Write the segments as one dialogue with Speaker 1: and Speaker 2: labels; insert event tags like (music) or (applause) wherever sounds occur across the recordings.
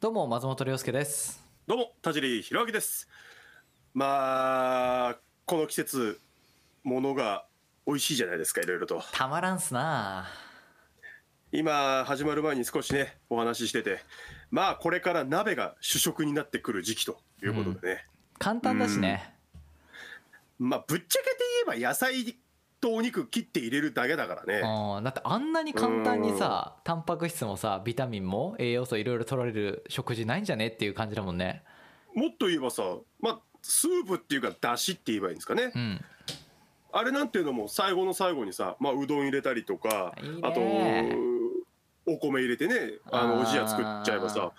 Speaker 1: どうも松本涼介です
Speaker 2: どうも田尻弘明ですまあこの季節ものが美味しいじゃないですかいろいろと
Speaker 1: たまらんっすな
Speaker 2: 今始まる前に少しねお話ししててまあこれから鍋が主食になってくる時期ということでね、
Speaker 1: 簡単だしね
Speaker 2: まあぶっちゃけて言えば野菜とお肉切って入れるだけだからね
Speaker 1: うんだってあんなに簡単にさタンパク質もさビタミンも栄養素いろいろ取られる食事ないんじゃねっていう感じだもんね
Speaker 2: もっと言えばさまあスープっていうかだしって言えばいいんですかね
Speaker 1: うん
Speaker 2: あれなんていうのも最後の最後にさ、まあ、うどん入れたりとか
Speaker 1: いいね
Speaker 2: あとお米入れてねあの
Speaker 1: あー
Speaker 2: おじや作っちゃえばさ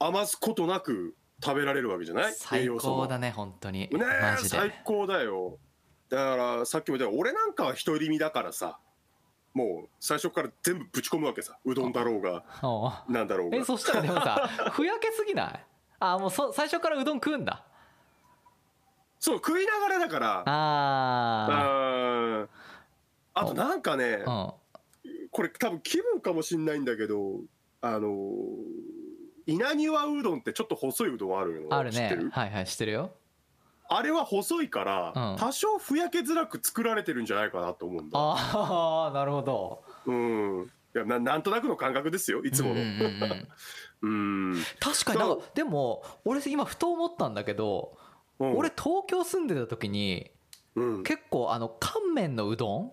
Speaker 2: 余すことなく食べられるわけじゃない栄
Speaker 1: 最
Speaker 2: 養素も
Speaker 1: 高だね本当に
Speaker 2: ね
Speaker 1: マ
Speaker 2: え
Speaker 1: ジで
Speaker 2: 最高だよだからさっきも言ったように俺なんかは独り身だからさもう最初から全部ぶち込むわけさうどんだろうが
Speaker 1: うん
Speaker 2: なんだろうが
Speaker 1: えそしたらでもさふやけすぎないあもうそ最初からうどん食うんだ
Speaker 2: そう食いながらだから
Speaker 1: あ
Speaker 2: うんあとなんかね
Speaker 1: あうん
Speaker 2: これ多分気分かもしんないんだけどあの稲庭うどんってちょっと細いうどんあるの
Speaker 1: ある
Speaker 2: 知って
Speaker 1: ね
Speaker 2: る
Speaker 1: はいはい知ってるよ
Speaker 2: あれは細いから、
Speaker 1: うん
Speaker 2: 多少ふやけづらく作られてるんじゃないかなと思うんだ
Speaker 1: ああなるほど
Speaker 2: うんいやななんとなくの感覚ですよい
Speaker 1: い
Speaker 2: つもの
Speaker 1: うんうんうんうん
Speaker 2: うん
Speaker 1: 確かになんかでも俺今ふと思ったんだけど
Speaker 2: うん
Speaker 1: 俺東京住んでた時に
Speaker 2: うん
Speaker 1: 結構あの乾麺のうどん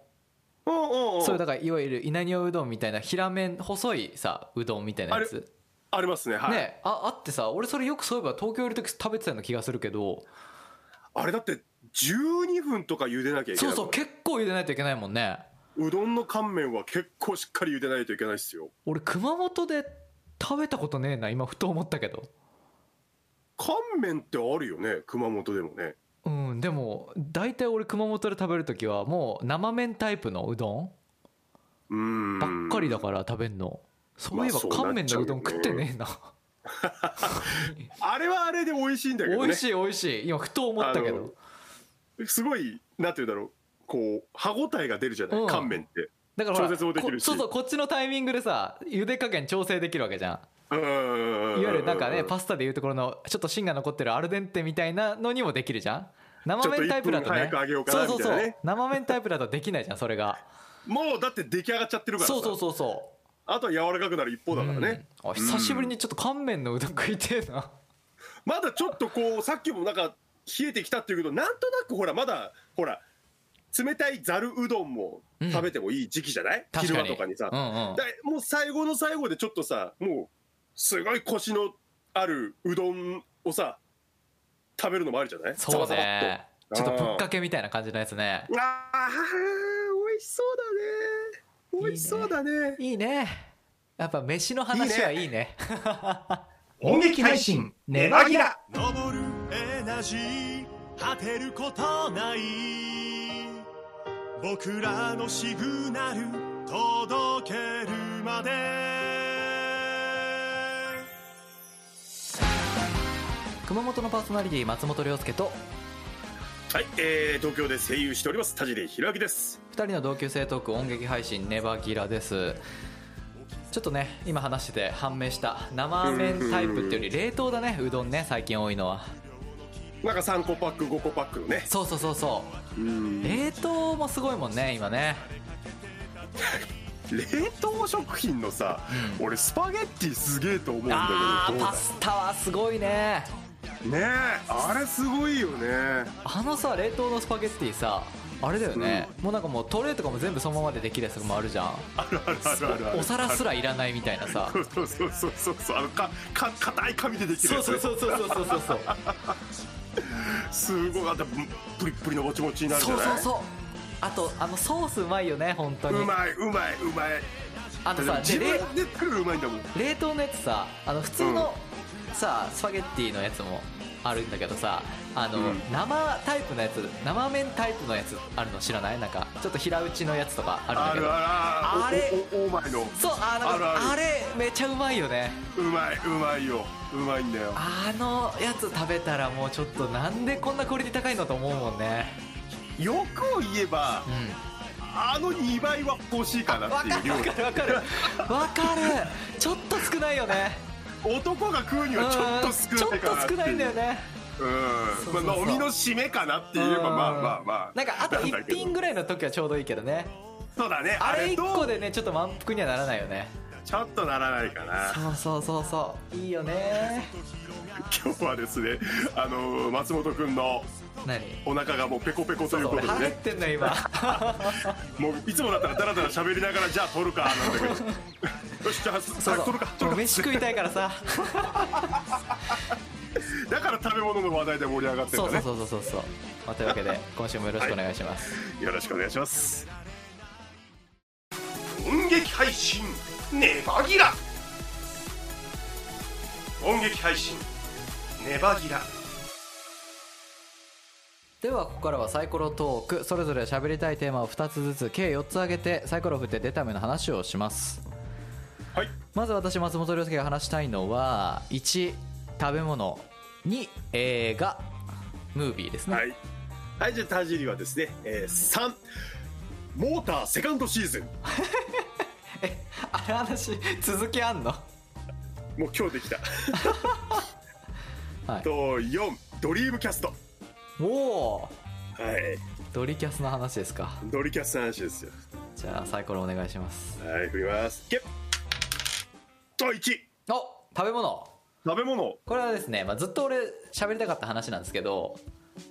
Speaker 2: うんうんうん
Speaker 1: そういうだからいわゆる稲庭うどんみたいな平麺細いさうどんみたいなやつ
Speaker 2: ありますねはい
Speaker 1: ねああってさ俺それよくそういえば東京いる時食べてたような気がするけど
Speaker 2: あれだって12分とか茹でなきゃいけ
Speaker 1: そ
Speaker 2: な
Speaker 1: う
Speaker 2: い
Speaker 1: そう結構茹でないといけないもんね
Speaker 2: うどんの乾麺は結構しっかり茹でないといけないっすよ
Speaker 1: 俺熊本で食べたことねえな今ふと思ったけど
Speaker 2: 乾麺ってあるよね熊本でもね
Speaker 1: うんでも大体俺熊本で食べる時はもう生麺タイプのうどん
Speaker 2: うん
Speaker 1: ばっかりだから食べんのそういえば
Speaker 2: まあそうなっ
Speaker 1: 乾麺のうどん
Speaker 2: ちゃう
Speaker 1: 食
Speaker 2: よ
Speaker 1: っ
Speaker 2: ね
Speaker 1: てねえな
Speaker 2: あれはあれで美味しいんだけど
Speaker 1: 美
Speaker 2: ね
Speaker 1: 味しい美味しい今ふと思ったけど
Speaker 2: すごいなんて言うんだろうこう歯ごたえが出るじゃない、
Speaker 1: うん
Speaker 2: 乾麺って
Speaker 1: だからほら
Speaker 2: 調節もでき
Speaker 1: こ
Speaker 2: るし
Speaker 1: そうそうこっちのタイミングでさ茹で加減調整できるわけじゃ
Speaker 2: うん
Speaker 1: んいわゆるなんかね
Speaker 2: ッ
Speaker 1: パスタでいうところのちょっと芯が残ってるアルデンテみたいなのにもできるじゃん生麺タイプだとね
Speaker 2: ちょっと一分早く揚げようか
Speaker 1: そ
Speaker 2: な
Speaker 1: うそう
Speaker 2: みたい
Speaker 1: そ
Speaker 2: なね
Speaker 1: う生麺タイプだとできないじゃんそれが
Speaker 2: もうだって出来上がっちゃってるからさ
Speaker 1: そうそうそうそう
Speaker 2: あとは柔らかくなる一方だからね、
Speaker 1: うんあ久しぶりにちょっと乾麺のうどん食いてえな
Speaker 2: まだちょっとこうさっきもなんか冷えてきたっていうけどなんとなくほらまだほら冷たいざるうどんも食べてもいい時期じゃない、
Speaker 1: 確
Speaker 2: (laughs) 昼
Speaker 1: かに
Speaker 2: 間とかにさ、
Speaker 1: うんうん
Speaker 2: だもう最後の最後でちょっとさもうすごいコシのあるうどんをさ食べるのもあるじゃないざ
Speaker 1: そう
Speaker 2: ばざばっと
Speaker 1: ねちょっとぶっかけみたいな感じのやつね
Speaker 2: ああ美味しそうだね美味しそうだね
Speaker 1: いいねやっぱ飯の話はいい (laughs) ね
Speaker 3: 音劇配信ネバギラ
Speaker 4: 昇るエナジー果てることない僕らのシグナル届けるまで
Speaker 1: 熊本のパーソナリティ松本涼介と
Speaker 2: はい、えー、東京で声優しております田尻弘明です
Speaker 1: 2人の同級生トーク音劇配信ネバギラですちょっとね今話してて判明した生麺タイプっていうより冷凍だねうどんね最近多いのは
Speaker 2: なんか3個パック5個パックのね
Speaker 1: そうそうそうそううん冷凍もすごいもんね今ね
Speaker 2: 冷凍食品のさ、俺スパゲッティすげえと思うんだ
Speaker 1: あ
Speaker 2: け
Speaker 1: ー
Speaker 2: どどうだ
Speaker 1: パスタはすごいね
Speaker 2: ねえあれすごいよね
Speaker 1: あのさ冷凍のスパゲッティさあれだよね、もうなんかもうトレーとかも全部そのままでできるやつもあるじゃん
Speaker 2: あるあるあるあるある
Speaker 1: お皿すらいらないみたいな
Speaker 2: (laughs)
Speaker 1: さ
Speaker 2: そうそうそうそうそうあのかか硬い紙でできる
Speaker 1: そ
Speaker 2: や
Speaker 1: う
Speaker 2: つ
Speaker 1: そうそうそうそうそうそうそう
Speaker 2: すごいあんたプリップリのもちもちになるじゃ
Speaker 1: そう
Speaker 2: ない
Speaker 1: そうそうあとあのソースうまいよね本当に
Speaker 2: うまいうまいうまい
Speaker 1: あのさ
Speaker 2: 自
Speaker 1: で冷
Speaker 2: 分で作るのうまいんだもん
Speaker 1: 冷凍のやつさあの普通のさスパゲッティのやつもあるんだけどさあの、
Speaker 2: うん
Speaker 1: 生タイプのやつ生麺タイプのやつあるの知らないなんかちょっと平打ちのやつとかあるんだ
Speaker 2: あ
Speaker 1: けど
Speaker 2: るある
Speaker 1: あ
Speaker 2: おおおお前の
Speaker 1: そうあなんか
Speaker 2: あるある
Speaker 1: あれめちゃうまいよね
Speaker 2: うまいうまいようまいんだよ
Speaker 1: あのやつ食べたらもうちょっとなんでこんなクオリティ高いのと思うもんね
Speaker 2: よくを言えば
Speaker 1: う
Speaker 2: あの2倍は欲しいか
Speaker 1: ん
Speaker 2: なっ
Speaker 1: わ
Speaker 2: ていう量
Speaker 1: かるわかるわかるわかるちょっと少ないよね
Speaker 2: 男が食うには (laughs) ちょっと少ないかな
Speaker 1: ちょっと少ないんだよね
Speaker 2: うんまあまあ
Speaker 1: そうそうそう
Speaker 2: 飲みの締めかなって言えばまあまあまあ
Speaker 1: なんかあと
Speaker 2: だ
Speaker 1: 1
Speaker 2: けど
Speaker 1: 品ぐらいの時はちょうどいいけどね
Speaker 2: そうだね
Speaker 1: あれ
Speaker 2: と
Speaker 1: 1個でねちょっと満腹にはならないよね
Speaker 2: ちょっとならないかな
Speaker 1: そうそうそうそういいよね
Speaker 2: 今日はですねあの松本くんの
Speaker 1: 何
Speaker 2: お腹がもうペコペコと
Speaker 1: そう
Speaker 2: い
Speaker 1: そうう
Speaker 2: こ
Speaker 1: 俺
Speaker 2: と
Speaker 1: 腹
Speaker 2: で
Speaker 1: 減っ
Speaker 2: ね
Speaker 1: てんの今
Speaker 2: もういつもだったらダラダラ喋りながらじゃあ撮るかなんだけどよしじゃあ
Speaker 1: そう
Speaker 2: さ撮
Speaker 1: (laughs)
Speaker 2: るか
Speaker 1: そ
Speaker 2: 撮
Speaker 1: うもう
Speaker 2: るか
Speaker 1: 飯食いたいからさ
Speaker 2: だから食べ物の話題で盛り上がってる
Speaker 1: そ
Speaker 2: ん
Speaker 1: う
Speaker 2: だ
Speaker 1: そ
Speaker 2: ね
Speaker 1: うそうそうそうそうまあというわけで今週もよろしくお願いします
Speaker 2: よろしくお願いします
Speaker 3: 音劇配信ネバギラ音劇配信ネバギラ
Speaker 1: ではここからはサイコロトークそれぞれ喋りたいテーマを2つずつ計4つ挙げてサイコロを振って出た目の話をします
Speaker 2: はい
Speaker 1: まず私松本涼介が話したいのは1食べ物2映画ムービーですね、
Speaker 2: はい、はい、じゃあ田尻はですね、えー、3モーターセカンドシーズン
Speaker 1: え (laughs) あれ話続きあんの
Speaker 2: もう今日できた、
Speaker 1: (laughs) はい
Speaker 2: と4ドリームキャスト
Speaker 1: おお
Speaker 2: はい
Speaker 1: ドリキャスの話ですか
Speaker 2: ドリキャストの話ですよ
Speaker 1: じゃあサイコロお願いします
Speaker 2: はい振りますゲッと1
Speaker 1: お食べ物
Speaker 2: 食べ物
Speaker 1: これはですね、まあ、ずっと俺喋りたかった話なんですけど、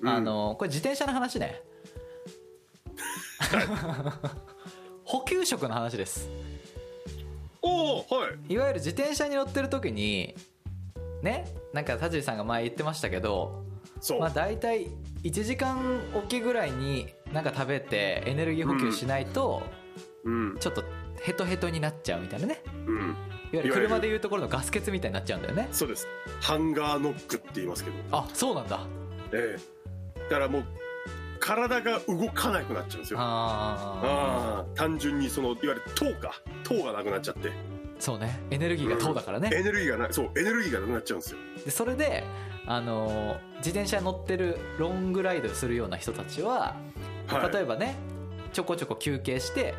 Speaker 2: うん
Speaker 1: あのこれ自転車の話
Speaker 2: (laughs)
Speaker 1: ね補給食の話です
Speaker 2: おおはい
Speaker 1: いわゆる自転車に乗ってる時にねなんか田尻さんが前言ってましたけど、
Speaker 2: そう、
Speaker 1: まあ、大体1時間おきぐらいになんか食べてエネルギー補給しないと
Speaker 2: うん
Speaker 1: ちょっとヘトヘトになっちゃうみたいなね
Speaker 2: うん
Speaker 1: いわゆる
Speaker 2: いわゆる
Speaker 1: 車でいうところのガス欠みたいになっちゃうんだよね
Speaker 2: そうですハンガーノックって言いますけど
Speaker 1: あそうなんだ
Speaker 2: ええだからもう体が動かなくなっちゃうんですよ
Speaker 1: ああ
Speaker 2: ああ単純にそのいわゆる糖か糖がなくなっちゃって
Speaker 1: そうねエネルギーが糖だからね、
Speaker 2: エネルギーがないそうエネルギーがなくなっちゃうんですよ
Speaker 1: でそれで、あのー自転車に乗ってるロングライドするような人たちは、
Speaker 2: はい
Speaker 1: 例えばねちょこちょこ休憩して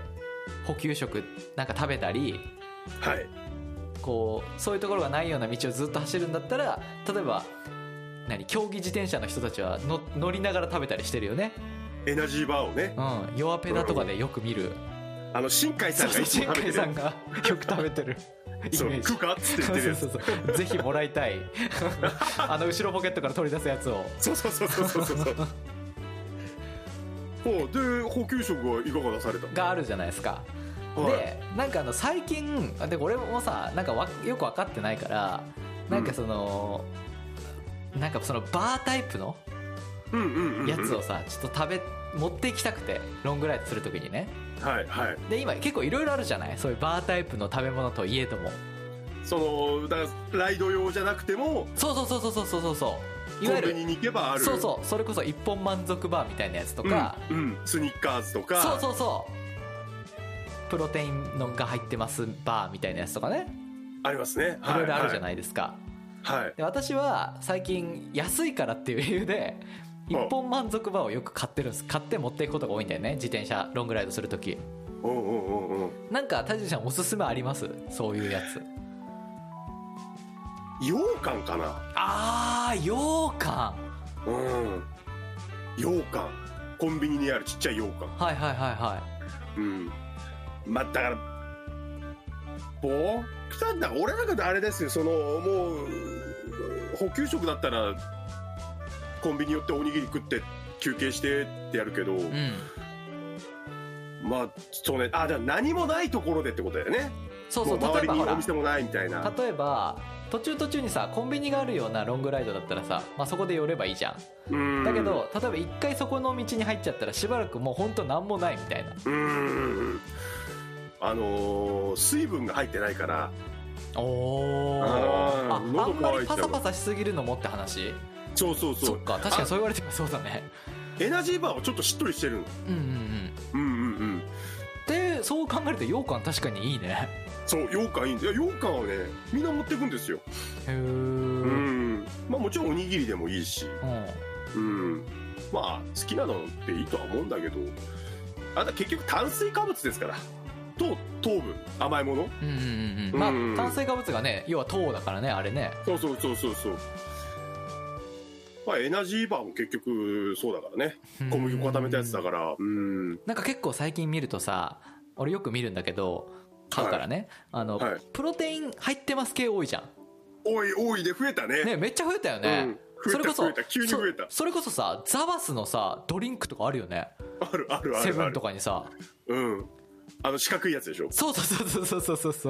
Speaker 1: 補給食なんか食べたり
Speaker 2: はい
Speaker 1: こうそういうところがないような道をずっと走るんだったら例えば何競技自転車の人たちはの乗りながら食べたりしてるよね、
Speaker 2: エナジーバーをね
Speaker 1: うん、弱ペダとかでよく見る
Speaker 2: あの新海さ
Speaker 1: そう
Speaker 2: ん
Speaker 1: そう
Speaker 2: がいつ
Speaker 1: 新
Speaker 2: も食
Speaker 1: 海
Speaker 2: べて
Speaker 1: さん
Speaker 2: る
Speaker 1: が (laughs) よく食べてるイ
Speaker 2: そう
Speaker 1: メージ
Speaker 2: 食うかっつって言ってるや
Speaker 1: そ
Speaker 2: つ
Speaker 1: うそうそうそうぜひもらいたい (laughs) あの後ろポケットから取り出すやつを
Speaker 2: そうそうそうそうそうそうそう (laughs) で補給食はいかがなされた
Speaker 1: があるじゃないですか、
Speaker 2: はい
Speaker 1: でなんかあの最近あで俺もさなんかわよく分かってないからなんかその、なんかそのバータイプの
Speaker 2: うんうんうん
Speaker 1: やつをさ、ちょっと食べ持っていきたくてロングライドするときにね
Speaker 2: はいはい
Speaker 1: で今結構いろいろあるじゃないそういうバータイプの食べ物と家とも
Speaker 2: そのだからライド用じゃなくても
Speaker 1: そうそうそうそうそうそうそうそういわゆ
Speaker 2: コンビ
Speaker 1: る
Speaker 2: ニに行けばある
Speaker 1: そうそうそれこそ一本満足バーみたいなやつとか、
Speaker 2: うん、うんスニッカーズとか
Speaker 1: そうそうそうプロテインのが入ってますバーみたいなやつとかね
Speaker 2: ありますね
Speaker 1: いろいろあるじゃ
Speaker 2: い
Speaker 1: ないですか、
Speaker 2: はい、はい
Speaker 1: で私は最近安いからっていう理由で一本満足バーをよく買ってるんです買って持っていくことが多いんだよね自転車ロングライドするとき
Speaker 2: おうおうおうおう
Speaker 1: なんか田尻さんおすすめありますそういうやつ
Speaker 2: 羊羹かな
Speaker 1: あー羊羹
Speaker 2: うん羊羹コンビニにあるちっちゃい羊羹
Speaker 1: はいはいはいは
Speaker 2: うんまあだから僕たちだ俺なんかあれですよそのもう補給食だったらコンビニ寄っておにぎり食って休憩してってやるけど、
Speaker 1: いうん
Speaker 2: まあそうねあじゃあ何もないところでってことだよね
Speaker 1: そうそう
Speaker 2: も
Speaker 1: 例
Speaker 2: う周
Speaker 1: え
Speaker 2: り
Speaker 1: ば
Speaker 2: に
Speaker 1: ほ
Speaker 2: お
Speaker 1: ら
Speaker 2: 店もないみたいな
Speaker 1: 例えば途中途中にさコンビニがあるようなロングライドだったらさ、まあ、そこで寄ればいいじゃん
Speaker 2: うん
Speaker 1: だけど例えば一回そこの道に入っちゃったらしばらくもうほんと何もないみたいな
Speaker 2: うんあのー水分が入ってないから
Speaker 1: おーあ
Speaker 2: あー
Speaker 1: あんまり
Speaker 2: 喉乾いちゃ
Speaker 1: パ
Speaker 2: う
Speaker 1: サパサしすぎるのもって話
Speaker 2: そうそうそ
Speaker 1: そうっか確かにそう言われてもそうだね
Speaker 2: エナジーバーはちょっとしっとりしてるの
Speaker 1: うんうんうん
Speaker 2: うんうんうん
Speaker 1: でそう考えると羊羹確かにいいね
Speaker 2: そう羊羹いいんだよ羊羹はねみんな持ってくんですよ
Speaker 1: へえ
Speaker 2: う
Speaker 1: うん
Speaker 2: んまあもちろんおにぎりでもいいし、うん、まあ好きなのっていいとは思うんだけどあとは結局炭水化物ですからと糖分甘いもの
Speaker 1: うんうんうん
Speaker 2: う
Speaker 1: まあ
Speaker 2: んうん
Speaker 1: 炭水化物がね要は糖だからねあれね
Speaker 2: そうそうそうそうそうまあエナジーバーも結局そうだからね小麦粉固めたやつだからうん
Speaker 1: なんか結構最近見るとさ俺よく見るんだけど買うからね、あの、
Speaker 2: はい
Speaker 1: プロテイン入ってます系多いじゃん
Speaker 2: 多い多いで増えたね
Speaker 1: ねめっちゃ増えたよね、
Speaker 2: うん増えた
Speaker 1: それこそ
Speaker 2: 増えた急に増えた
Speaker 1: そそれこそさザバスのさドリンクとかあるよね
Speaker 2: あるあるあるある
Speaker 1: セブンとかにさ
Speaker 2: うんあの四角いやつでしょ
Speaker 1: そうそうそうそうそうそうそ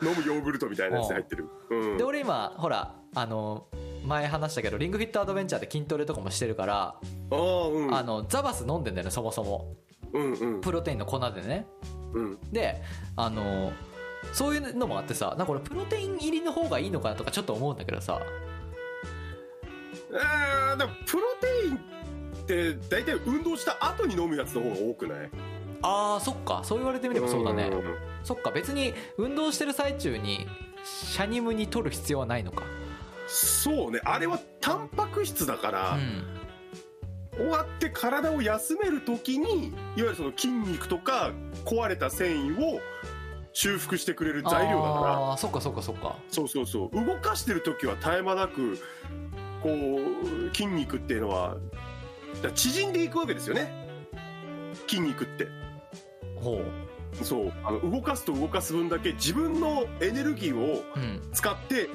Speaker 1: う
Speaker 2: 飲むヨーグルトみたいなやつに入ってるうん
Speaker 1: で俺今ほらあの前話したけどリングフィットアドベンチャーで筋トレとかもしてるから、
Speaker 2: ああうん
Speaker 1: あのザバス飲んでんだよねそもそも
Speaker 2: うんうん
Speaker 1: プロテインの粉でね
Speaker 2: うん
Speaker 1: であのそういうのもあってさなんか俺プロテイン入りの方がいいのかなとかちょっと思うんだけどさ
Speaker 2: あーでもプロテインって大体運動した後に飲むやつの方が多くない
Speaker 1: あーそっかそう言われてみればそうだね
Speaker 2: ん
Speaker 1: そっか別に運動してる最中にシャニムに取る必要はないのか
Speaker 2: そうねあれはタンパク質だから、
Speaker 1: うん
Speaker 2: 終わって体を休める時にいわゆるその筋肉とか壊れた繊維を修復してくれる材料だから
Speaker 1: あーそっかそっかそっか
Speaker 2: そうそうそう動かしてる時は絶え間なくこう筋肉っていうのはだから縮んでいくわけですよね筋肉って
Speaker 1: ほ
Speaker 2: そうあの動かすと動かす分だけ自分のエネルギーを
Speaker 1: ううん
Speaker 2: 使って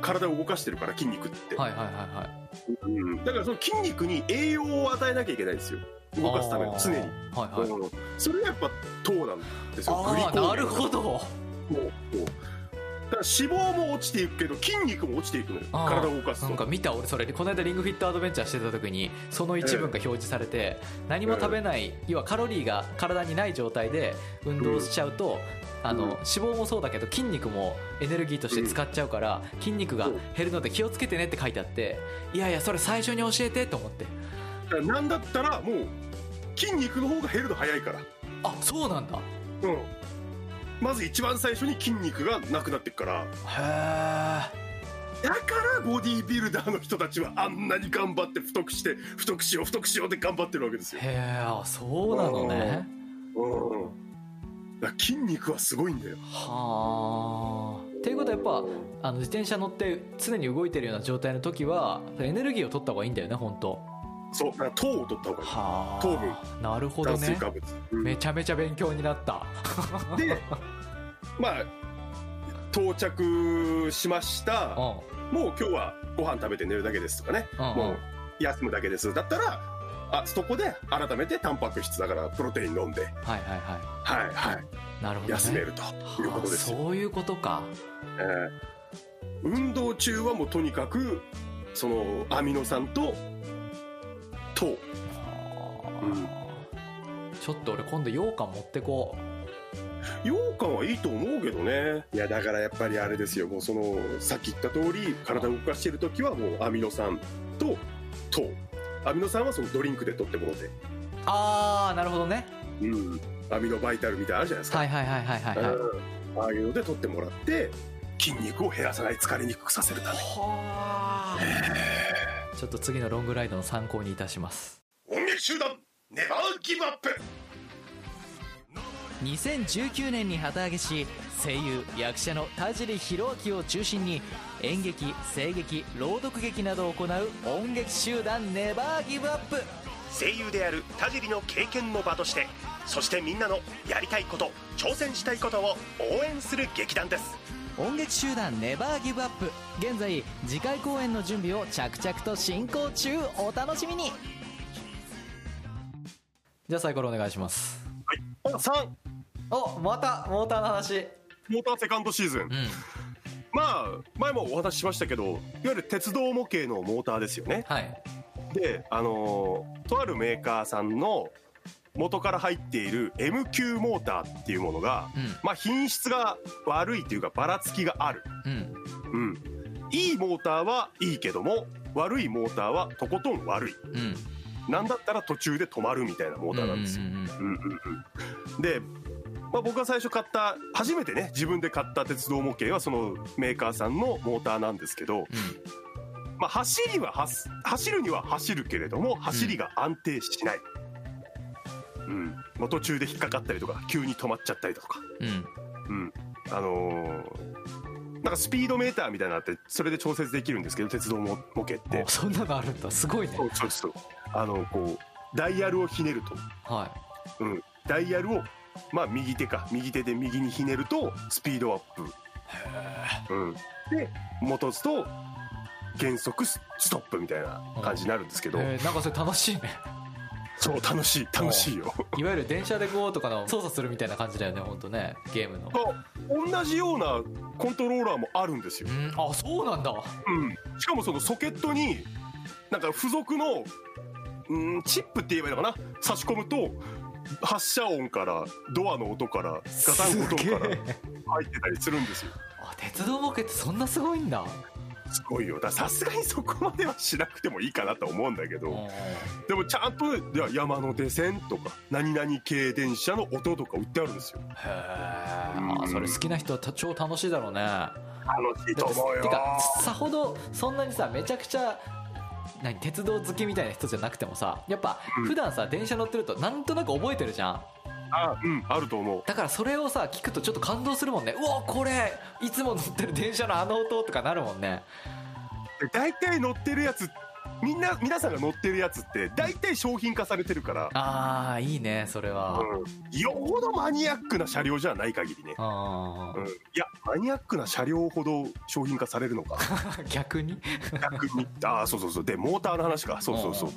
Speaker 2: 体を動かしてるから筋肉って、
Speaker 1: はいはいはいはい
Speaker 2: うんだからその筋肉に栄養を与えなきゃいけないんですよ動かすため
Speaker 1: あ
Speaker 2: の
Speaker 1: ー
Speaker 2: 常に、
Speaker 1: はいはい
Speaker 2: うんそれがやっぱ糖なんですよグリコ
Speaker 1: あ
Speaker 2: ー
Speaker 1: あ
Speaker 2: ゲン
Speaker 1: なるほど
Speaker 2: そうそうだから脂肪も落ちていくけど筋肉も落ちていくのよ
Speaker 1: あー
Speaker 2: 体を動かす
Speaker 1: なん
Speaker 2: と
Speaker 1: か見た俺それこの間リングフィットアドベンチャーしてた時にその一文が表示されて何も食べない要はカロリーが体にない状態で運動しちゃうとあ
Speaker 2: うん
Speaker 1: の脂肪もそうだけど筋肉もエネルギーとして使っちゃうから筋肉が減るので気をつけてねって書いてあっていやいやそれ最初に教えてと思って
Speaker 2: だからなんだったらもう筋肉の方が減るの早いから
Speaker 1: あそうなんだ
Speaker 2: うんまず一番最初に筋肉がなくなっていくから
Speaker 1: へえ
Speaker 2: だからボディービルダーの人たちはあんなに頑張って太くして太くしよう太くしようって頑張ってるわけですよ
Speaker 1: へえあそうなのね
Speaker 2: うんだから筋肉はすごいんだよ
Speaker 1: はあっていうことはやっぱあの自転車乗って常に動いてるような状態の時はエネルギーを取った方がいいんだよね本当
Speaker 2: そうだから糖を取った方がいい
Speaker 1: はあ
Speaker 2: 糖分
Speaker 1: なるほど
Speaker 2: 炭水
Speaker 1: ね
Speaker 2: 化物、うん
Speaker 1: めちゃめちゃ勉強になった
Speaker 2: でまあ到着しました
Speaker 1: うん
Speaker 2: もう今日はご飯食べて寝るだけですとかね
Speaker 1: うん
Speaker 2: も
Speaker 1: うん
Speaker 2: う休むだけですだったらあそこで改めてタンパク質だからプロテイン飲んで
Speaker 1: はいはいは
Speaker 2: はいはい
Speaker 1: いなるほどね
Speaker 2: 休めるという
Speaker 1: は
Speaker 2: こ
Speaker 1: あ
Speaker 2: とですよ、
Speaker 1: そういうことか
Speaker 2: えー運動中はもうとにかくそのアミノ酸と糖
Speaker 1: はあちょっと俺今度羊羹持ってこ
Speaker 2: 羊羹はいいと思うけどねいやだからやっぱりあれですよもうそのさっき言った通り体を動かしてる時はもうアミノ酸と糖アミノ酸はそのドリンクで取ってもので、
Speaker 1: うああなるほどね
Speaker 2: うん、アミノバイタルみたいなのあるじゃないですか、
Speaker 1: はいはいはいはいはいはい
Speaker 2: うんああいうので取ってもらって筋肉を減らさない疲れにくくさせるため
Speaker 1: はあちょっと次のロングライドの参考にいたします
Speaker 2: 音楽集団ネバーギブアップ
Speaker 5: 2019年に旗揚げし声優役者の田尻弘明を中心に演劇声劇朗読劇などを行う音劇集団ネバーギブアップ
Speaker 4: 声優である田尻の経験の場としてそしてみんなのやりたいこと挑戦したいことを応援する劇団です
Speaker 5: 音劇集団ネバーギブアップ現在次回公演の準備を着々と進行中お楽しみに
Speaker 1: じゃあサイコロお願いします
Speaker 2: 3
Speaker 1: おまたモーターの話
Speaker 2: モーターセカンドシーズン、
Speaker 1: うん
Speaker 2: まあ前もお話ししましたけどいわゆる鉄道模型のモーターですよね
Speaker 1: はい
Speaker 2: であのーとあるメーカーさんの元から入っている MQ モーターっていうものが、
Speaker 1: う
Speaker 2: まあ、品質が悪いというかばらつきがある
Speaker 1: んうん
Speaker 2: うんいいモーターはいいけども悪いモーターはとことん悪い
Speaker 1: うん
Speaker 2: なんだったら途中で止まるみたいなモーターなんですよ、
Speaker 1: うんうんうんうん
Speaker 2: うんうんうんで、まあ、僕が最初買った初めてね自分で買った鉄道模型はそのメーカーさんのモーターなんですけど、まあ、走りはは走るには走るけれども走りが安定しない、うんまあ、途中で引っかかったりとか急に止まっちゃったりだとか、
Speaker 1: うん
Speaker 2: うん、あのーなんかスピードメーターみたいなのあってそれで調節できるんですけど鉄道も模型って
Speaker 1: おそんなのあるんだすごいね
Speaker 2: そうそうそうあのこうダイヤルをひねると、
Speaker 1: は
Speaker 2: うん、ダイヤルをまあ右手か右手で右にひねるとスピードアップ、うん、で戻すと減速スストップみたいな感じになるんですけ
Speaker 1: い、
Speaker 2: ど、
Speaker 1: えーなんかそれ楽しいね
Speaker 2: そう楽しい楽しいよ
Speaker 1: いわゆる電車でこうとかの操作するみたいな感じだよね本当ねゲームの
Speaker 2: (laughs) そう同じようなコントローラーもあるんですよ
Speaker 1: う、んあそうなんだ
Speaker 2: うん、しかもそのソケットになんか付属の、うん、チップって言えばいいのかな差し込むと発射音からドアの音からガタンゴトンから入ってたりするんですよ
Speaker 1: あ鉄道模型ってそんなすごいんだ
Speaker 2: すごいよだからさすがにそこまではしなくてもいいかなと思うんだけ
Speaker 1: うん
Speaker 2: どでもちゃんとねいや山手線とか何々系電車の音とか売ってあるんですよ
Speaker 1: へえそれ好きな人はた超楽しいだろうね
Speaker 2: 楽しいと思うよ
Speaker 1: てかさほどそんなにさめちゃくちゃ何鉄道好きみたいな人じゃなくてもさやっぱ
Speaker 2: うん
Speaker 1: 普段さ電車乗ってるとなんとなく覚えてるじゃん
Speaker 2: あうんあると思う
Speaker 1: だからそれをさ聞くとちょっと感動するもんねうおこれいつも乗ってる電車のあの音とかなるもんね
Speaker 2: で大体乗ってるやつみんな皆さんが乗ってるやつって大体商品化されてるから
Speaker 1: あーいいねそれは
Speaker 2: うんよほどマニアックな車両じゃない限りね、
Speaker 1: あ
Speaker 2: うん、いやマニアックな車両ほど商品化されるのか
Speaker 1: ー逆に
Speaker 2: 逆にああそうそうそうでモーターの話かそうそうそう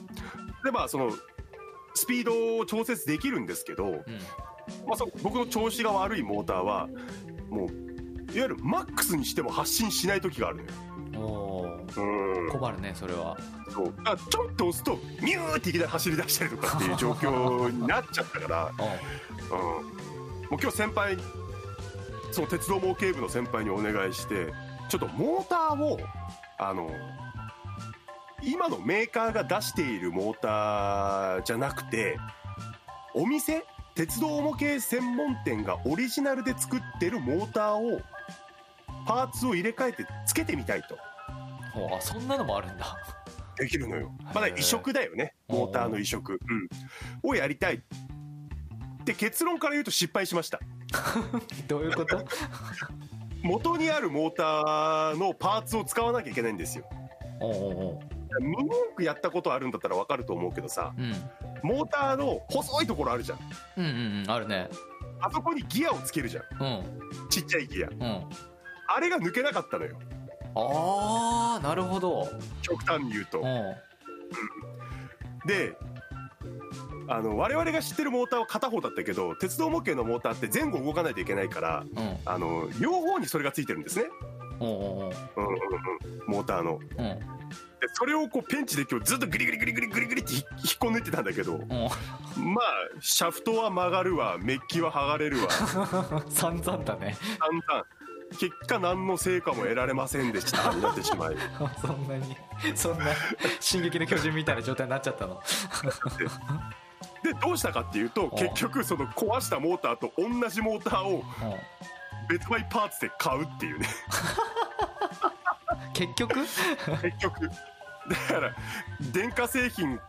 Speaker 2: でまあそのスピードを調節できるんですけど、
Speaker 1: うん
Speaker 2: まあ、そう僕の調子が悪いモーターはもういわゆるマックスにしても発進しない時があるのよ
Speaker 1: おー
Speaker 2: うん
Speaker 1: 困るねそれは
Speaker 2: そうあちょっと押すとミューっていきなり走り出したりとかっていう状況になっちゃったから
Speaker 1: う
Speaker 2: うん、もう今日先輩その鉄道模型部の先輩にお願いしてちょっとモーターをあの今のメーカーが出しているモーターじゃなくてお店鉄道模型専門店がオリジナルで作ってるモーターをパーツを入れ替えてつけてみたいと
Speaker 1: んおあそんなのもあるんだ
Speaker 2: できるのよまだ移植だよねモーターの移植、うん、をやりたいで結論から言うと失敗しました
Speaker 1: (laughs) どういうこと
Speaker 2: 元にあるモーターのパーツを使わなきゃいけないんですよ。
Speaker 1: おうおうおう
Speaker 2: ミニ四駆やったことあるんだったらわかると思うけどさ、
Speaker 1: うん
Speaker 2: モーターの細いところあるじゃん。
Speaker 1: うんうんうんあるね
Speaker 2: あそこにギアをつけるじゃん。
Speaker 1: うん
Speaker 2: ちっちゃいギア。
Speaker 1: うん
Speaker 2: あれが抜けなかったのよ。
Speaker 1: ああなるほど
Speaker 2: 極端に言う
Speaker 1: う
Speaker 2: と。
Speaker 1: ん
Speaker 2: で、あの、我々が知ってるモーターは片方だったけど、鉄道模型のモーターって前後動かないといけないから、
Speaker 1: うん
Speaker 2: あの、両方にそれがついてるんですね。
Speaker 1: おうおうおう
Speaker 2: うんうんうん。モーターの。
Speaker 1: うん
Speaker 2: で、それをこうペンチで今日ずっとグリグリグリグリグリグリって引っこ抜いてたんだけど、
Speaker 1: うん
Speaker 2: まあシャフトは曲がるわメッキは剥がれるわ散
Speaker 1: (laughs) 散々だね
Speaker 2: 々結果何の成果も得られませんでしたになってしまい
Speaker 1: そんなにそんな「進撃の巨人」みたいな状態になっちゃったの
Speaker 2: でどうしたかっていうと
Speaker 1: お
Speaker 2: 結局その壊したモーターと同じモーターを別売パーツで買うっていうね
Speaker 1: うん結局
Speaker 2: 結局だから電化製品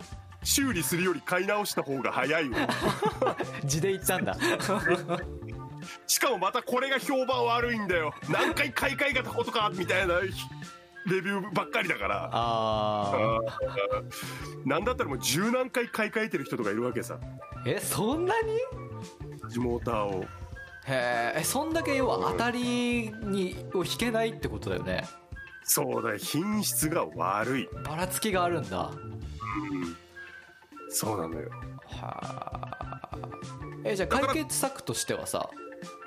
Speaker 2: 修理するより買い直した方が早いわ
Speaker 1: 地で行ったんだ
Speaker 2: しかもまたこれが評判悪いんだよ何回買い替えがたことかみたいなレビューばっかりだから
Speaker 1: あ
Speaker 2: なんだったらもう十何回買い替えてる人とかいるわけさ
Speaker 1: ーえそんなに
Speaker 2: モーターを
Speaker 1: へーえそんだけ要は当たりにを引けないってことだよね
Speaker 2: そうだよ品質が悪い、
Speaker 1: ばらつきがあるんだ
Speaker 2: そうなのよ
Speaker 1: はあえじゃあ解決策としてはさ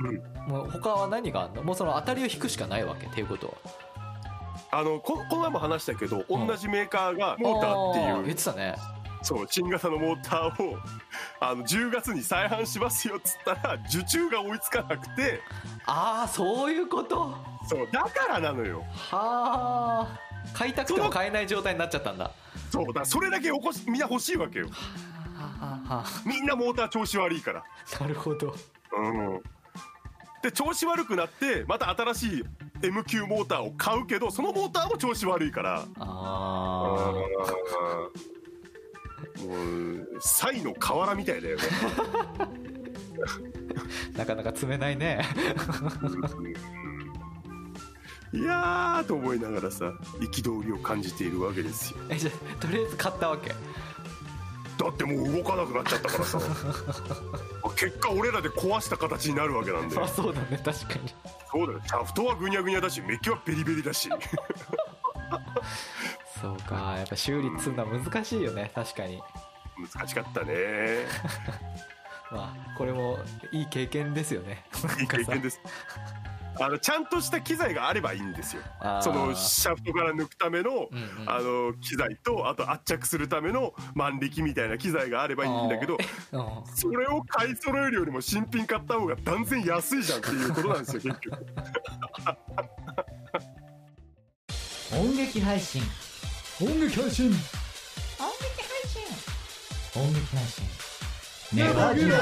Speaker 2: うん
Speaker 1: もう他は何があんのもうその当たりを引くしかないわけっていうことは
Speaker 2: あのここの前も話したけど、
Speaker 1: うん
Speaker 2: 同じメーカーがモーター
Speaker 1: あ
Speaker 2: ってい
Speaker 1: 言
Speaker 2: う
Speaker 1: ってたね
Speaker 2: そう新型のモーターをあの10月に再販しますよっつったら受注が追いつかなくて
Speaker 1: ああそういうこと
Speaker 2: そうだからなのよ
Speaker 1: はあ買いたくても買えない状態になっちゃったんだは
Speaker 2: そうだからそれだけおこしみんな欲しいわけよ
Speaker 1: あはあ
Speaker 2: みんなモーター調子悪いから
Speaker 1: なるほど
Speaker 2: うんで調子悪くなってまた新しい M 級モーターを買うけどそのモーターも調子悪いから
Speaker 1: あ
Speaker 2: もうサイの瓦みたいだよね
Speaker 1: なかなか積めないね
Speaker 2: (laughs) いやーと思いながらさ憤りを感じているわけですよ
Speaker 1: えじゃあとりあえず買ったわけ
Speaker 2: だってもう動かなくなっちゃったからさ結果俺らで壊した形になるわけなんだ (laughs)
Speaker 1: あ
Speaker 2: よ
Speaker 1: そうだね確かに
Speaker 2: そうだよシャフトはぐにゃぐにゃだしメッキはベリベリだし
Speaker 1: そうかやっぱ修理積んだ難しいよね確かに
Speaker 2: 難しかったね
Speaker 1: まあこれもいい経験ですよね
Speaker 2: (laughs) いい経験
Speaker 1: で
Speaker 2: ですあのちゃんとした機材があればいいんですよ
Speaker 1: あー
Speaker 2: そのシャフトから抜くための,、
Speaker 1: うんうん
Speaker 2: あの機材とあと圧着するための万力みたいな機材があればいいんだけど
Speaker 1: うん
Speaker 2: それを買い揃えるよりも新品買った方が断然安いじゃんっていうことなんですよ結局
Speaker 1: (laughs)
Speaker 5: 音劇配信音劇配信音劇配信音劇配信ネバギラ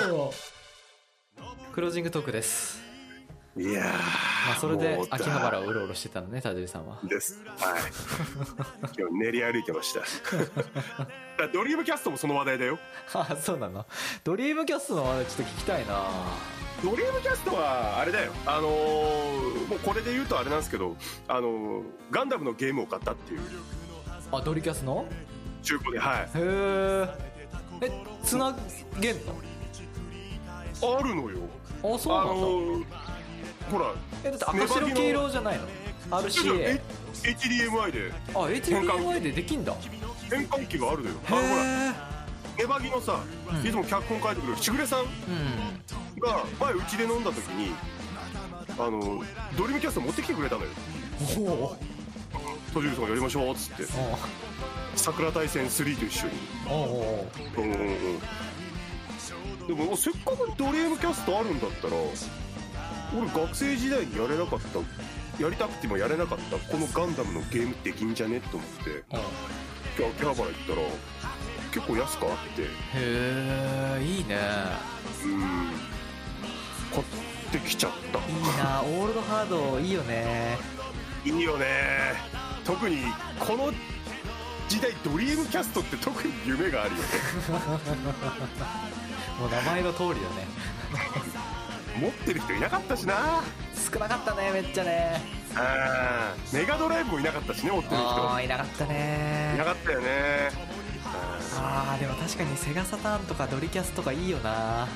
Speaker 1: クロージングトークです、
Speaker 2: いやー
Speaker 1: まあ、それで
Speaker 2: もうだ
Speaker 1: 秋葉原をうろうろしてたのね田尻さんは
Speaker 2: ですはい今日練り歩いてましただからドリームキャストもその話題だよ
Speaker 1: (laughs) あそうなのドリームキャストの話題ちょっと聞きたいな
Speaker 2: ドリームキャストはあれだよあのーもうこれで言うとあれなんですけどあのーガンダムのゲームを買ったっていう
Speaker 1: あドリキャスの
Speaker 2: 中古ではい
Speaker 1: へーえつなげん
Speaker 2: あるのよ
Speaker 1: のあそうな
Speaker 2: あ
Speaker 1: んだ、
Speaker 2: のーほら
Speaker 1: えだって赤白黄色じゃないの
Speaker 2: ちょっと
Speaker 1: RCA
Speaker 2: H- HDMI で
Speaker 1: あ HDMI でできんだ
Speaker 2: 変換器があるのよあのほら
Speaker 1: へ
Speaker 2: ネバギのさ
Speaker 1: うん
Speaker 2: いつも脚本書いてくれるしぐれさん
Speaker 1: えうん
Speaker 2: が前うちで飲んだ時にあのドリームキャスト持ってきてくれたのよ
Speaker 1: おお
Speaker 2: 途中さんやりましょうっつって桜大戦3と一緒に
Speaker 1: おお
Speaker 2: うんうんうんでもせっかくドリームキャストあるんだったら俺学生時代にやれなかったやりたくてもやれなかったこのガンダムのゲームできんじゃねと思って
Speaker 1: へ
Speaker 2: 今日秋葉原行ったら結構安くあって
Speaker 1: えいいね
Speaker 2: うん買ってきちゃった
Speaker 1: いいなオールドハードいいよね
Speaker 2: いいよね特にこの時代ドリームキャストって特に夢があるよね
Speaker 1: もう名前の通りだね
Speaker 2: (laughs) 持ってる人いなかったしな
Speaker 1: 少なかったねめっちゃね
Speaker 2: あーメガドライブもいなかったしね持ってる
Speaker 1: あ
Speaker 2: 人
Speaker 1: ーいなかった
Speaker 2: いな
Speaker 1: ね
Speaker 2: かったよね
Speaker 1: あーでも確かにセガサターンとかドリキャスとかいいよな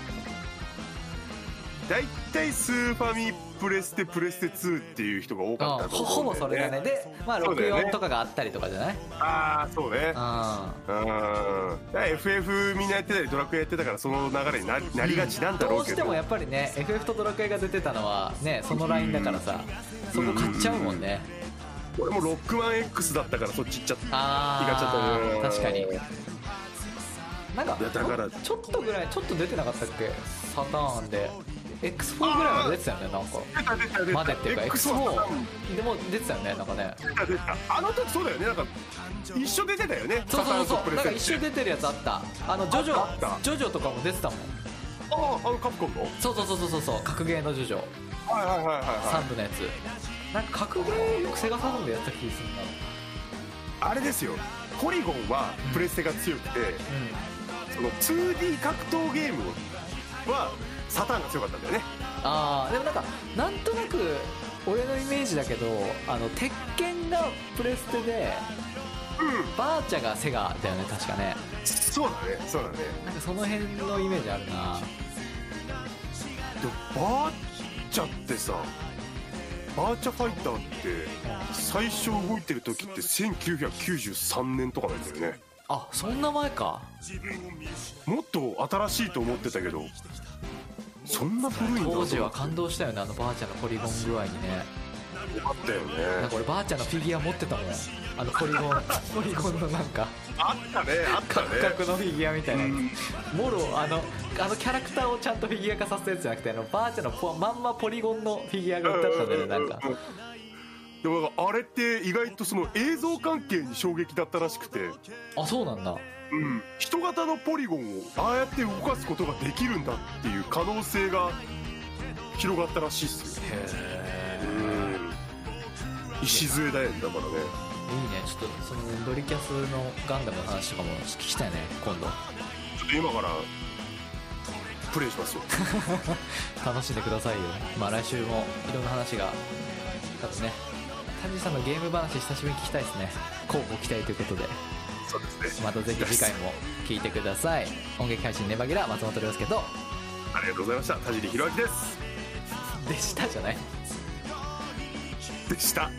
Speaker 2: だいたいスーファミプレステプレステ2っていう人が多かった
Speaker 1: ほ
Speaker 2: と
Speaker 1: ほぼ
Speaker 2: 思うんだ
Speaker 1: そ
Speaker 2: よ
Speaker 1: れだねでまあ
Speaker 2: そうだよね
Speaker 1: 64とかがあったりとかじゃない
Speaker 2: ああそうね
Speaker 1: あ
Speaker 2: うんだから FF みんなやってたりドラクエやってたからその流れにななりがちなんだろ
Speaker 1: どう
Speaker 2: うけ
Speaker 1: して
Speaker 2: ど
Speaker 1: もやっぱりね FF とドラクエが出てたのはねそのラインだからさそこ買っちゃうもんね
Speaker 2: 俺もロックマン X だったからそっち行っちゃった
Speaker 1: ああ
Speaker 2: 気が
Speaker 1: 確
Speaker 2: ちょっ
Speaker 1: か
Speaker 2: とね
Speaker 1: になんか
Speaker 2: いやだから
Speaker 1: ちょっとぐらいちょっと出てなかったっけサターンで X4 ぐらいまで出てたよねなんか
Speaker 2: 出た出た出た
Speaker 1: までっていうか
Speaker 2: X4
Speaker 1: X4 でも出てたよねなんかね
Speaker 2: 出た出たあの時そうだよねなんか一緒出てたよね
Speaker 1: そうそう
Speaker 2: サターンと
Speaker 1: そ
Speaker 2: プ
Speaker 1: う
Speaker 2: レ
Speaker 1: なん
Speaker 2: ステ
Speaker 1: か
Speaker 2: って
Speaker 1: 一緒出てるやつあったあのジョジ
Speaker 2: あったあ
Speaker 1: ョ
Speaker 2: った
Speaker 1: ジョジョとかも出てたもん
Speaker 2: あああのカプコンのはい
Speaker 1: そうそうそうそうそうそう格ゲーのジョジョ
Speaker 2: はいはいはいは
Speaker 1: 3部のやつなんか格ゲーよくセガサターンでやった気がするんだ
Speaker 2: いあれですよポリゴンはプレステが強くて、
Speaker 1: うん
Speaker 2: その 2D 格闘ゲームはサターンが強かったんだよね
Speaker 1: あーでもなんかなんとなく俺のイメージだけどあの鉄拳がプレステで
Speaker 2: う
Speaker 1: バーチャがセガだよね確かね
Speaker 2: んそうだねそうだね
Speaker 1: なんかその辺のイメージあるな
Speaker 2: でバーチャってさバーチャファイターって最初動いてる時って1993年とかなんだよね
Speaker 1: あそんな前か
Speaker 2: もっと新しいと思ってたけどそんな古いんだと思
Speaker 1: 当
Speaker 2: って
Speaker 1: 時は感動したよねあのバーチャのポリゴン具合にね
Speaker 2: あったよ
Speaker 1: なん
Speaker 2: ね
Speaker 1: か俺バーチャのフィギュア持ってたもんあのポ
Speaker 2: (laughs)
Speaker 1: リゴンポリゴンのなんか
Speaker 2: あったねあっ
Speaker 1: カ
Speaker 2: た
Speaker 1: クカクのフィギュアみたいなや
Speaker 2: うん
Speaker 1: つもろあのあのキャラクターをちゃんとフィギュア化させたやつじゃなくてあのバーチャのポまんまポリゴンのフィギュアが売ってあったんだよねなんか
Speaker 2: でもなんかあれって意外とその映像関係に衝撃だったらしくて、
Speaker 1: あそうなんだ
Speaker 2: うん、人型のポリゴンをああやって動かすことができるんだっていう可能性が広がったらしいっすよ
Speaker 1: へえ
Speaker 2: うん石杖だよねだからね
Speaker 1: いいねちょっとそのドリキャスのガンダムの話とかも聞きたいね今度
Speaker 2: ちょっと今からプレイしますよ
Speaker 1: 楽しんでくださいよまあ来週もいろんな話があとねタジさんのゲーム話久しぶりに聞きたいですね交互期待ということで
Speaker 2: (laughs) そうですね
Speaker 1: またぜひ次回も聞いてください音楽配信ネバギラ松本涼介と
Speaker 2: ありがとうございました田尻弘明です
Speaker 1: でしたじゃない
Speaker 2: でした